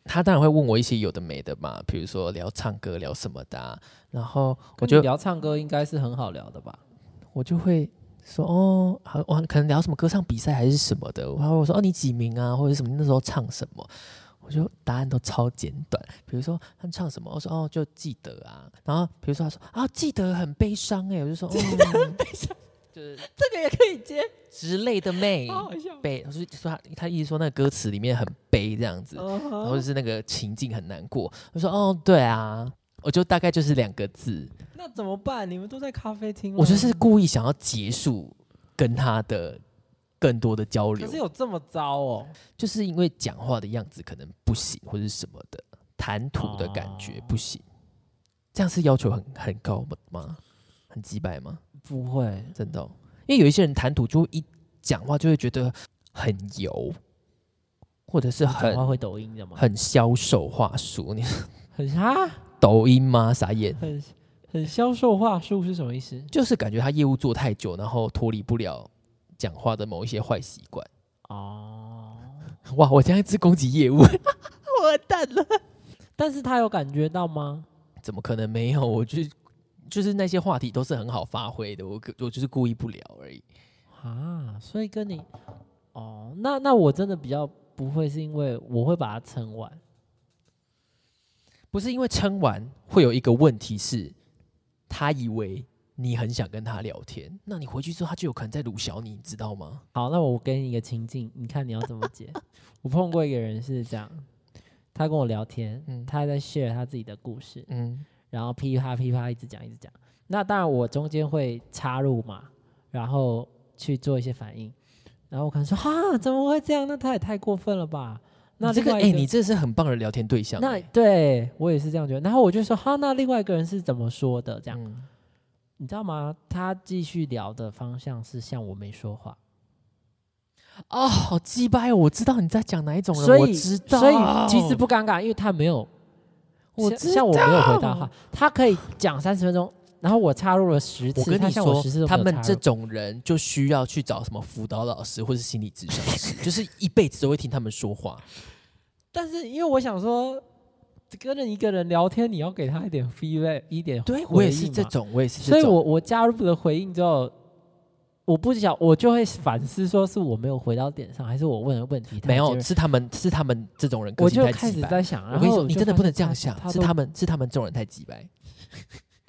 Speaker 1: 他当然会问我一些有的没的嘛，比如说聊唱歌聊什么的啊、然后我
Speaker 2: 跟你
Speaker 1: 就
Speaker 2: 聊唱歌应该是很好聊的吧？
Speaker 1: 我就会说哦，好，我可能聊什么歌唱比赛还是什么的，然后我说哦你几名啊，或者什么那时候唱什么。我就答案都超简短，比如说他们唱什么，我说哦就记得啊，然后比如说他说啊记得很悲伤哎、我就
Speaker 2: *laughs*
Speaker 1: 说记得很悲伤， *laughs* 就是
Speaker 2: 这个也可以接，
Speaker 1: 之类的妹，
Speaker 2: 笑。
Speaker 1: 悲，我就说他他一直说那个歌词里面很悲这样子，
Speaker 2: 嗯
Speaker 1: 然
Speaker 2: 哼
Speaker 1: 后就是那个情境很难过。我说哦，对啊，我就大概就是两个字，
Speaker 2: 那怎么办？你们都在咖啡厅了，
Speaker 1: 我就是故意想要结束跟他的更多的交
Speaker 2: 可
Speaker 1: 流
Speaker 2: 是，有这么糟哦？
Speaker 1: 就是
Speaker 2: 哦
Speaker 1: 因为讲话的样子可能不行或者什么的，谈吐的感觉不行，这样是要求很很高吗？很鸡掰吗？
Speaker 2: 不会，
Speaker 1: 真的哦、因为有一些人谈吐就一讲话就会觉得很油，或者是
Speaker 2: 讲话
Speaker 1: 很
Speaker 2: 会抖音的吗？
Speaker 1: 很销售话术。你
Speaker 2: 很 *laughs* 哈，
Speaker 1: 抖音吗？傻眼，
Speaker 2: 很很销售话术是什么意思？
Speaker 1: 就是感觉他业务做太久，然后脱离不了讲话的某一些坏习惯。
Speaker 2: 哦，
Speaker 1: 哇，我现在是攻击业务， *laughs* 完蛋了！
Speaker 2: 但是他有感觉到吗？
Speaker 1: 怎么可能没有？我就就是那些话题都是很好发挥的，我可我就是故意不聊而已。
Speaker 2: 啊，所以跟你，哦，那那我真的比较不会，是因为我会把它撑完。
Speaker 1: 不是因为撑完会有一个问题是，他以为你很想跟他聊天，那你回去之后他就有可能在鲁小你，你知道吗？
Speaker 2: 好，那我给你一个情境，你看你要怎么
Speaker 1: *laughs*
Speaker 2: 解。我碰过一个人是这样，他跟我聊天，
Speaker 1: 嗯
Speaker 2: 他在 share 他自己的故事，
Speaker 1: 嗯，
Speaker 2: 然后噼啪噼啪一直讲一直讲。那当然我中间会插入嘛，然后去做一些反应，然后我可能说哈怎么会这样？那他也太过分了吧？那
Speaker 1: 那这
Speaker 2: 另
Speaker 1: 个
Speaker 2: 外
Speaker 1: 哎、
Speaker 2: 一
Speaker 1: 你这是很棒的聊天对象、
Speaker 2: 那
Speaker 1: 哎
Speaker 2: 对我也是这样觉得。然后我就说哈，那另外一个人是怎么说的？这样、
Speaker 1: 嗯
Speaker 2: 你知道吗？他继续聊的方向是像我没说话，
Speaker 1: 哦，好鸡掰哦！我知道你在讲哪一种人，
Speaker 2: 所
Speaker 1: 我
Speaker 2: 以
Speaker 1: 知道，
Speaker 2: 所以其实不尴尬，因为他没有，
Speaker 1: 我
Speaker 2: 像
Speaker 1: 知
Speaker 2: 像我没有回答他，他可以讲三十分钟，然后我插入了十次，
Speaker 1: 我跟
Speaker 2: 他
Speaker 1: 你
Speaker 2: 像
Speaker 1: 说
Speaker 2: 十次，都
Speaker 1: 他
Speaker 2: 没有
Speaker 1: 们
Speaker 2: 插
Speaker 1: 这
Speaker 2: 入
Speaker 1: 种人就需要去找什么辅导老师或是心理咨询师，
Speaker 2: *laughs*
Speaker 1: 就是一辈子都会听他们说话。
Speaker 2: 但是因为我想说，跟人一个人聊天，你要给他一点 feedback，一点
Speaker 1: 对
Speaker 2: 回
Speaker 1: 我也是
Speaker 2: 应
Speaker 1: 这
Speaker 2: 嘛，
Speaker 1: 种，我也是
Speaker 2: 所
Speaker 1: 这
Speaker 2: 以
Speaker 1: 种。
Speaker 2: 我我加入了回应之后，我不想我就会反思，说是我没有回到点上，还是我问的问题太
Speaker 1: 没有
Speaker 2: 尖锐
Speaker 1: 是他们是他们这种人个
Speaker 2: 我
Speaker 1: 性
Speaker 2: 就
Speaker 1: 太
Speaker 2: 开
Speaker 1: 鸡
Speaker 2: 始
Speaker 1: 掰。
Speaker 2: 在想，
Speaker 1: 我
Speaker 2: 然
Speaker 1: 跟你
Speaker 2: 后
Speaker 1: 说，
Speaker 2: 我
Speaker 1: 你
Speaker 2: 就
Speaker 1: 真的
Speaker 2: 发
Speaker 1: 不
Speaker 2: 现
Speaker 1: 能这样
Speaker 2: 他
Speaker 1: 想，是
Speaker 2: 都
Speaker 1: 他们是他们这种人太鸡掰，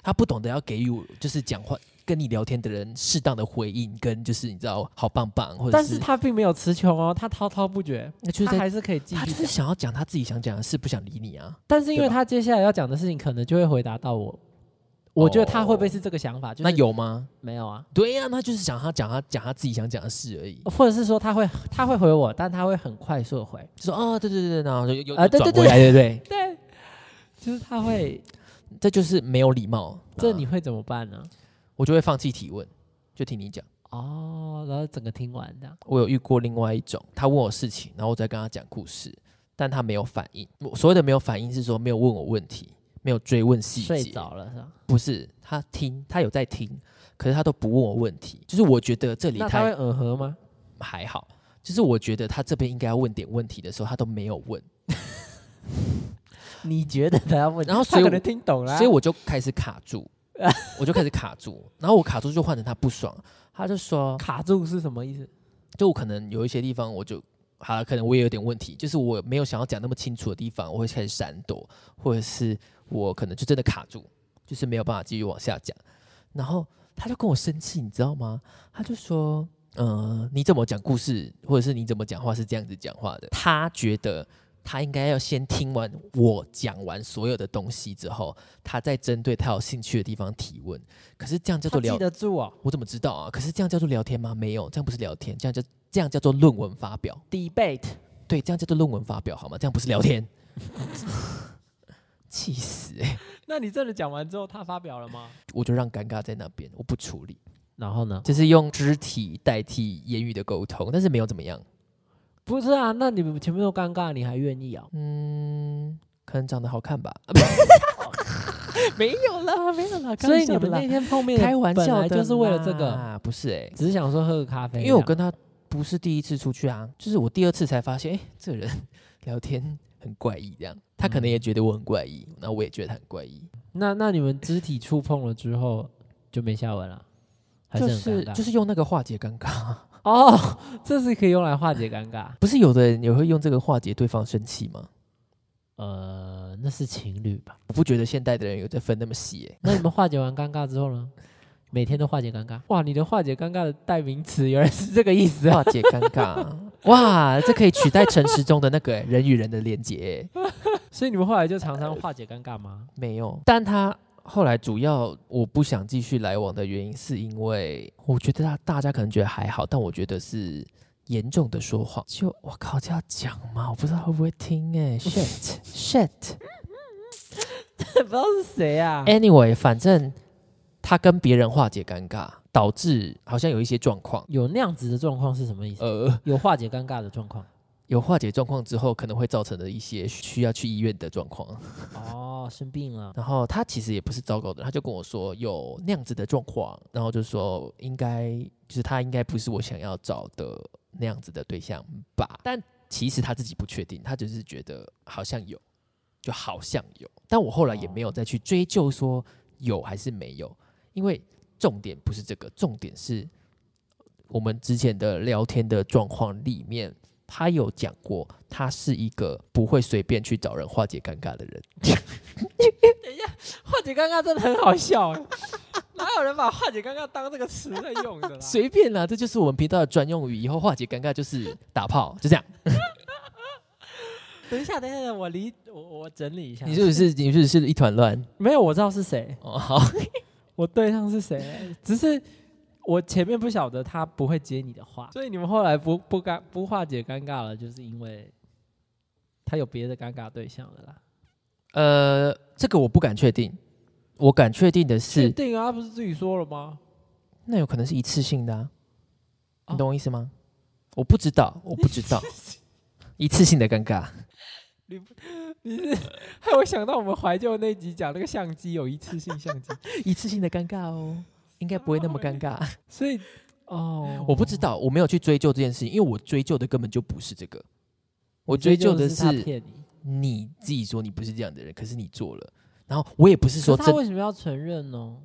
Speaker 1: 他不懂得要给予我就是讲话跟你聊天的人适当的回应，跟就是你知道好棒棒，或者
Speaker 2: 但是他并没有词穷哦，他滔滔不绝，
Speaker 1: 那就是
Speaker 2: 他
Speaker 1: 在
Speaker 2: 还是可以继
Speaker 1: 他
Speaker 2: 续
Speaker 1: 就是
Speaker 2: 讲。
Speaker 1: 想要讲他自己想讲的事，不想理你啊。
Speaker 2: 但是因为
Speaker 1: 对吧
Speaker 2: 他接下来要讲的事情，可能就会回答到我。我觉得他会不会是这个想法？就是
Speaker 1: 那有吗？
Speaker 2: 没哦有啊？
Speaker 1: 对呀、那就是想他讲他讲他自己想讲的事而已。
Speaker 2: 或者是说他会他会回我，但他会很快速的回。
Speaker 1: 就说哦，对对对，对然后就又又
Speaker 2: 啊对对
Speaker 1: 转回来，对对
Speaker 2: *laughs* 对，就是他会，
Speaker 1: 对，这就是没有礼貌。
Speaker 2: 这
Speaker 1: 啊
Speaker 2: 你会怎么办呢？
Speaker 1: 我就会放弃提问，就听你讲。
Speaker 2: 哦，然后整个听完这样，
Speaker 1: 我有遇过另外一种，他问我事情，然后我再跟他讲故事，但他没有反应。我所谓的没有反应是说没有问我问题，没有追问细
Speaker 2: 睡
Speaker 1: 节。
Speaker 2: 着了是吧？
Speaker 1: 不是他听，他有在听，可是他都不问我问题。就是我觉得这里
Speaker 2: 那他会
Speaker 1: 他
Speaker 2: 耳和吗？
Speaker 1: 还好，就是我觉得他这边应该要问点问题的时候，他都没有问，
Speaker 2: 你觉得他要问？
Speaker 1: 然后
Speaker 2: 他
Speaker 1: 所以
Speaker 2: 可
Speaker 1: 我
Speaker 2: 能听懂了啊，
Speaker 1: 所以我就开始卡住，我就开始卡住，然后我卡住就换成他不爽，他就说，
Speaker 2: 卡住是什么意思？
Speaker 1: 就我可能有一些地方我就好了，可能我也有点问题，就是我没有想要讲那么清楚的地方，我会开始闪躲，或者是我可能就真的卡住，就是没有办法继续往下讲。然后他就跟我生气，你知道吗？他就说：“嗯、你怎么讲故事，或者是你怎么讲话是这样子讲话的？”他觉得他应该要先听完我讲完所有的东西之后，他再针对他有兴趣的地方提问。可是这样叫
Speaker 2: 他
Speaker 1: 做
Speaker 2: 记
Speaker 1: 聊
Speaker 2: 得住哦
Speaker 1: 我怎么知道啊？可是这样叫做聊天吗？没有，这样不是聊天，这样叫这样叫做论文发表。
Speaker 2: ，debate。
Speaker 1: 对，这样叫做论文发表好吗？这样不是聊天， *laughs* 气死、欸！
Speaker 2: 那你真的讲完之后，他发表了吗？
Speaker 1: 我就让尴尬在那边，我不处理，
Speaker 2: 然后呢？
Speaker 1: 就是用肢体代替言语的沟通，但是没有怎么样。
Speaker 2: 不是啊，那你们前面都尴尬，你还愿意啊、
Speaker 1: 嗯，可能长得好看吧，
Speaker 2: 没有啦，没有啦
Speaker 1: 所
Speaker 2: 所
Speaker 1: 以
Speaker 2: 以
Speaker 1: 你
Speaker 2: 你
Speaker 1: 们
Speaker 2: 们
Speaker 1: 那
Speaker 2: 那天碰面
Speaker 1: 开玩笑的
Speaker 2: 的，就是为了这个，
Speaker 1: 啦，不是哎、
Speaker 2: 只是想说喝个咖啡这样。
Speaker 1: 因为我跟他不是第一次出去啊，就是我第二次才发现，哎、这个人聊天很怪异，这样他可
Speaker 2: 嗯
Speaker 1: 能也觉得我很怪异，然后我也觉得他很怪异。
Speaker 2: 那那你们肢体触碰了之后就没下文了，还
Speaker 1: 就是
Speaker 2: 很
Speaker 1: 是
Speaker 2: 尴尬
Speaker 1: 就是用那个化解尴尬， *laughs*
Speaker 2: 哦，这是可以用来化解尴尬。
Speaker 1: 不是有的人也会用这个化解对方生气吗？
Speaker 2: 呃，那是情侣吧？
Speaker 1: 我不觉得现代的人有在分那么细、
Speaker 2: *laughs*
Speaker 1: 欸，
Speaker 2: 那你们化解完尴尬之后呢？每天都化解尴尬。哇，你的化解尴尬的代名词原来是这个意思啊！
Speaker 1: 化解尴尬，哇，这可以取代陈时中的那个欸、人与人的连接、欸
Speaker 2: *laughs* 所以你们后来就常常化解尴尬吗？
Speaker 1: 没有，但他后来主要我不想继续来往的原因，是因为我觉得他大家可能觉得还好，但我觉得是严重的说谎。就我靠，这要讲吗？我不知道会不会听哎、欸、，shit shit。
Speaker 2: 不知道是谁啊？
Speaker 1: Anyway，反正他跟别人化解尴尬，导致好像有一些状况。
Speaker 2: 有那样子的状况是什么意思？
Speaker 1: 呃，
Speaker 2: 有化解尴尬的状况。
Speaker 1: 有化解状况之后，可能会造成的一些需要去医院的状况。
Speaker 2: 哦，生病了。
Speaker 1: 然后他其实也不是糟糕的，他就跟我说有那样子的状况，然后就说应该就是他应该不是我想要找的那样子的对象吧。但其实他自己不确定，他只是觉得好像有，就好像有。但我后来也没有再去追究说有还是没有，因为重点不是这个，重点是我们之前的聊天的状况里面。他有讲过，他是一个不会随便去找人化解尴尬的人。
Speaker 2: 化解尴尬真的很好笑 *laughs* 哎，哪有人把化解尴尬当这个词在用的啦？
Speaker 1: 随便啦，这就是我们频道的专用语。以后化解尴尬就是打炮，就这样。
Speaker 2: 等一下，等一下，我理我我整理一下。
Speaker 1: 你是不是你是不是一团乱？
Speaker 2: 没有？我知道是谁，
Speaker 1: *laughs* 哦，好，
Speaker 2: 我对象是谁，只是我前面不晓得他不会接你的话，所以你们后来不不尴不化解尴尬了，就是因为他有别的尴尬对象了啦。
Speaker 1: 呃，这个我不敢确定，我敢确定的
Speaker 2: 确
Speaker 1: 是，
Speaker 2: 定啊，他不是自己说了吗？ *laughs*
Speaker 1: 那有可能是一次性的、啊，
Speaker 2: 哦
Speaker 1: 你懂我意思吗？我不知道，我不知 *laughs* 道，一次性的尴尬，
Speaker 2: 你是害我想到我们怀旧那集讲那个相机有一次性相机，
Speaker 1: 一次性的尴尬哦，应该不会那么尴尬。
Speaker 2: 所以哦，
Speaker 1: 我不知道，我没有去追究这件事情，因为我追究的根本就不是这个，我
Speaker 2: 你追
Speaker 1: 追究的
Speaker 2: 是他
Speaker 1: 是
Speaker 2: 骗你。
Speaker 1: 你自己说你不是这样的人，可是你做了，然后我也不是说
Speaker 2: 可他
Speaker 1: 真，
Speaker 2: 为什么要承认呢？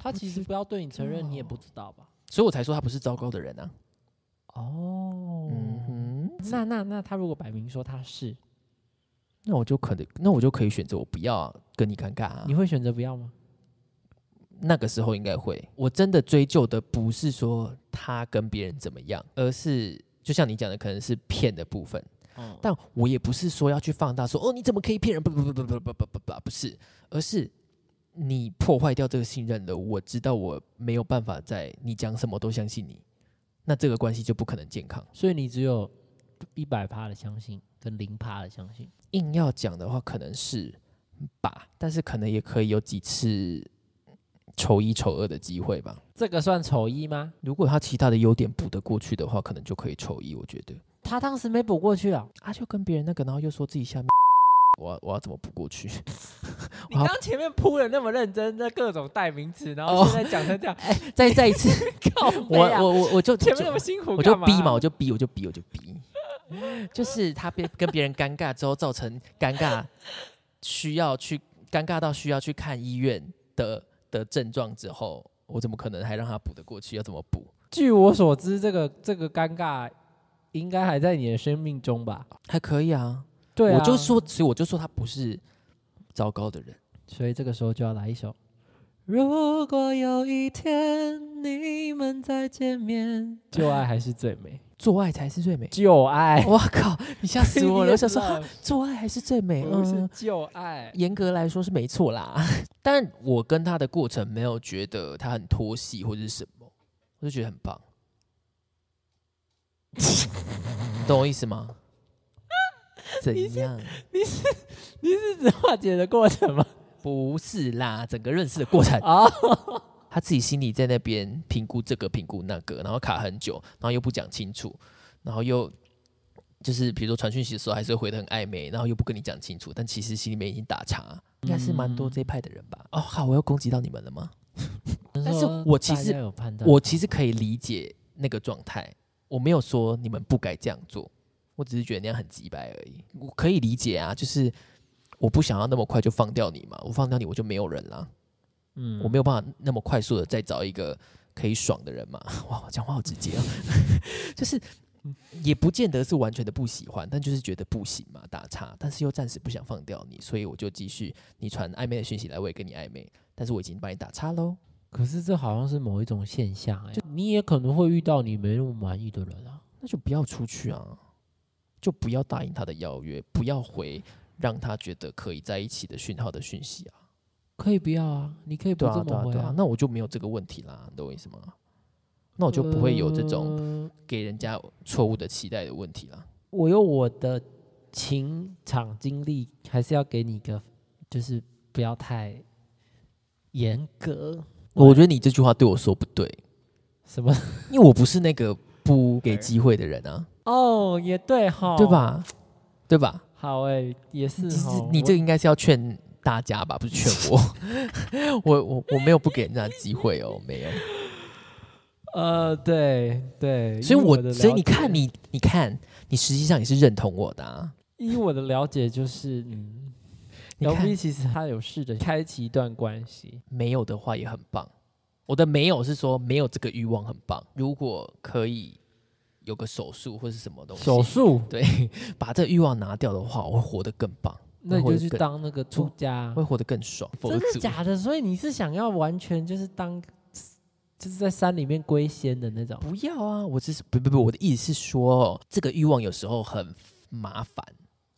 Speaker 2: 他其
Speaker 1: 我不
Speaker 2: 实
Speaker 1: 知，
Speaker 2: 不要对你承认，你也
Speaker 1: 道
Speaker 2: 不知道吧？
Speaker 1: 嗯所以我才说他不是糟糕的人啊。
Speaker 2: 哦
Speaker 1: 嗯哼，
Speaker 2: 那那那他如果摆明说他是，
Speaker 1: 那我就可能，那我就可以选择我不要跟你尴尬、啊。
Speaker 2: 你会选择不要吗？
Speaker 1: 那个时候应该会，我真的追究的不是说他跟别人怎么样，而是就像你讲的，可能是骗的部分。
Speaker 2: 哦，
Speaker 1: 但我也不是说要去放大说哦，你怎么可以骗人？不不不不不不不不不，不是，而是你破坏掉这个信任了。我知道我没有办法在你讲什么都相信你，那这个关系就不可能健康。
Speaker 2: 所以你只有一百趴的相信跟零趴的相信。
Speaker 1: 硬要讲的话，可能是吧，但是可能也可以有几次丑一丑二的机会吧。
Speaker 2: 这个算丑一吗？
Speaker 1: 如果他其他的优点补得过去的话，可能就可以丑一。我觉得
Speaker 2: 他当时没补过去啊！
Speaker 1: 啊，就跟别人那个，然后又说自己下面， *laughs* 我要我要怎么补过去？
Speaker 2: 你刚前面铺的那么认真，那各种代名词，然
Speaker 1: 哦
Speaker 2: 后现在讲成这样，
Speaker 1: 哎，再再一次，
Speaker 2: *laughs* 靠
Speaker 1: 我
Speaker 2: 背啊
Speaker 1: 我我我就
Speaker 2: 前
Speaker 1: 就
Speaker 2: 面那么辛苦
Speaker 1: 我就
Speaker 2: 干嘛
Speaker 1: 逼嘛，我就逼，我就逼，我就逼， *laughs* 就是他被跟别人尴尬之后，造成尴尬，需要去尴尬到需要去看医院的的症状之后，我怎么可能还让他补得过去？要怎么补？
Speaker 2: 据我所知，这个这个尴尬应该还在你的生命中吧？
Speaker 1: 还可以啊，
Speaker 2: 对啊，
Speaker 1: 我就，说，所以我就说他不是糟糕的人。
Speaker 2: 所以这个时候就要来一首。如果有一天你们再见面，旧爱还是最美，。
Speaker 1: 做爱才是最美
Speaker 2: *laughs* 旧爱
Speaker 1: 我靠，你吓死我了！我想
Speaker 2: *laughs*
Speaker 1: 说，
Speaker 2: Love
Speaker 1: 哈做爱还是最美。
Speaker 2: 不啊是
Speaker 1: 嗯，
Speaker 2: 旧爱，
Speaker 1: 严格来说是没错啦，但我跟他的过程没有觉得他很拖戏或者是什么，我就觉得很棒，懂我意思吗？怎样？
Speaker 2: 是指化解的过程吗？
Speaker 1: 不是啦，整个认识的过程，
Speaker 2: *laughs* 啊，
Speaker 1: 他自己心里在那边评估这个评估那个，然后卡很久，然后又不讲清楚，然后又就是比如说传讯息的时候还是会回的很暧昧，然后又不跟你讲清楚，但其实心里面已经打岔，应该是蛮多这一派的人吧？哦，好，我又攻击到你们了吗？但是我其实
Speaker 2: 大家有判断，
Speaker 1: 我其实可以理解那个状态，我没有说你们不该这样做，我只是觉得那样很鸡掰而已。我可以理解啊，就是我不想要那么快就放掉你嘛，我放掉你我就没有人啦，
Speaker 2: 嗯
Speaker 1: 我没有办法那么快速的再找一个可以爽的人嘛。 *laughs* 哇，我讲话好直接哦， *laughs* 就是也不见得是完全的不喜欢，但就是觉得不行嘛，打岔，但是又暂时不想放掉你，所以我就继续你传暧昧的讯息来，我也跟你暧昧，但是我已经把你打岔喽。
Speaker 2: 可是这好像是某一种现象哎、你也可能会遇到你没那么满意的人啊。
Speaker 1: 那就不要出去啊，就不要答应他的邀约，不要回让他觉得可以在一起的讯号的讯息啊。
Speaker 2: 可以不要啊，你可以不
Speaker 1: 对
Speaker 2: 这
Speaker 1: 啊，对
Speaker 2: 么
Speaker 1: 啊，
Speaker 2: 回
Speaker 1: 对啊，那我就没有这个问题啦，你懂我意思吗？那我就不会有这种
Speaker 2: 呃
Speaker 1: 给人家错误的期待的问题啦。
Speaker 2: 我有我的情场经历，还是要给你一个就是不要太严格。
Speaker 1: 我觉得你这句话对我说不对，
Speaker 2: 什么？
Speaker 1: 因为我不是那个不给机会的人啊，
Speaker 2: 哦，也对哈，
Speaker 1: 对？吧？对吧？
Speaker 2: 好哎、也是
Speaker 1: 其实
Speaker 2: 哈。
Speaker 1: 你这
Speaker 2: 我
Speaker 1: 个应该是要劝大家吧，不是劝我。 *laughs* 我我我没有不给人家机会哦，没有。
Speaker 2: 呃，对对，
Speaker 1: 所以
Speaker 2: 依
Speaker 1: 我
Speaker 2: 我的
Speaker 1: 所以
Speaker 2: 了
Speaker 1: 你看
Speaker 2: 解，
Speaker 1: 你你看你实际上也是认同我的、啊。
Speaker 2: 依我的了解就是，嗯
Speaker 1: 你
Speaker 2: ，L
Speaker 1: 看
Speaker 2: V 其实他有试着开启一段关系，
Speaker 1: 没有的话也很棒。我的没有是说没有这个欲望很棒。如果可以有个手术或是什么东西，
Speaker 2: 手术，
Speaker 1: 对，把这个欲望拿掉的话，我会活得更棒，
Speaker 2: 那你
Speaker 1: 会得
Speaker 2: 就去
Speaker 1: 更
Speaker 2: 当那个出家
Speaker 1: 会，活得更爽。佛
Speaker 2: 真的
Speaker 1: 祖
Speaker 2: 假的？所以你是想要完全就是当，就是在山里面归仙的那种？
Speaker 1: 不要啊！我只是不不不，我的意思是说，这个欲望有时候很麻烦，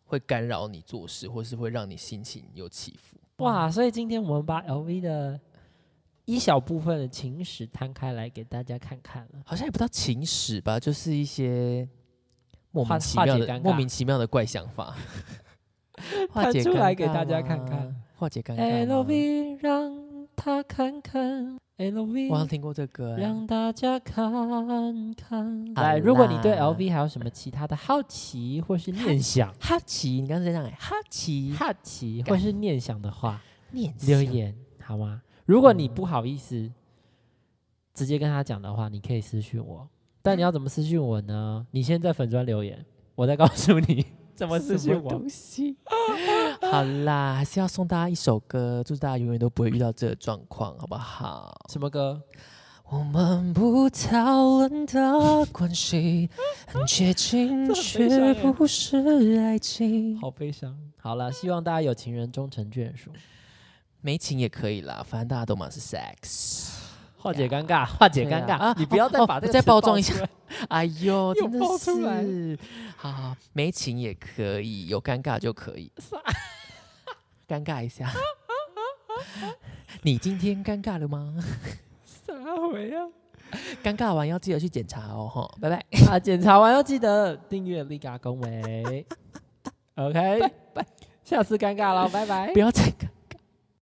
Speaker 1: 会干扰你做事，或是会让你心情有起伏。
Speaker 2: 哇，所以今天我们把 LV 的一小部分的情史摊开来给大家看看了。
Speaker 1: 好像也不到情史吧，就是一些莫
Speaker 2: 化
Speaker 1: 名其
Speaker 2: 化
Speaker 1: 妙
Speaker 2: 解
Speaker 1: 的
Speaker 2: 尴、尬
Speaker 1: 莫名其妙的怪想 *laughs* 法，化
Speaker 2: 弹
Speaker 1: 解
Speaker 2: 出
Speaker 1: 尴
Speaker 2: 来给
Speaker 1: 尬
Speaker 2: 大家看
Speaker 1: 吗
Speaker 2: 看，
Speaker 1: 化解尴尬吗。
Speaker 2: LV 让他看看
Speaker 1: 我好像
Speaker 2: ，LV
Speaker 1: 听过这个、欸，
Speaker 2: 让大家看看。
Speaker 1: 好
Speaker 2: 来，如果你对
Speaker 1: 啦
Speaker 2: LV 还有什么其他的好奇或是念想，
Speaker 1: 哈奇，你刚才在讲欸哈奇
Speaker 2: 好奇或是念想的话，
Speaker 1: 念
Speaker 2: 留
Speaker 1: 想
Speaker 2: 言好吗？如果你不好意思直接跟他讲的话，你可以私讯我。但你要怎么私讯我呢？你先在粉砖留言，我再告诉你 *laughs* 怎么
Speaker 1: 什
Speaker 2: 私讯
Speaker 1: 么
Speaker 2: 我。
Speaker 1: 东西？ *laughs* 好啦，还是要送大家一首歌，祝大家永远都不会遇到这个状况，好不好？
Speaker 2: 什么歌？
Speaker 1: *laughs* 我们不讨论的关系很接 *laughs* 近，
Speaker 2: 这很悲
Speaker 1: 却
Speaker 2: 伤耶
Speaker 1: 不是爱情。
Speaker 2: 好悲伤。好了，希望大家有情人终成眷属，
Speaker 1: 没情也可以啦，反正大家都嘛是 sex。
Speaker 2: 化解尴尬，化解尴
Speaker 1: 对啊
Speaker 2: 尬
Speaker 1: 啊。
Speaker 2: 你不要再
Speaker 1: 哦
Speaker 2: 把这
Speaker 1: 我
Speaker 2: 个
Speaker 1: 再
Speaker 2: 词
Speaker 1: 包装
Speaker 2: 爆
Speaker 1: 一下
Speaker 2: 出来。
Speaker 1: 哎 *laughs* 呦，
Speaker 2: 又
Speaker 1: 真的
Speaker 2: 爆出来
Speaker 1: 是，好好，没情也可以，有尴尬就可 *laughs* 以，尴尬一下。 *laughs* 你今天尴尬了吗？
Speaker 2: 撒回啊！
Speaker 1: 尴尬完要记得去检查哦，哈，拜拜。
Speaker 2: 啊，检查完要记得订阅立嘎恭维。OK，下次尴尬了，拜拜
Speaker 1: 不。要再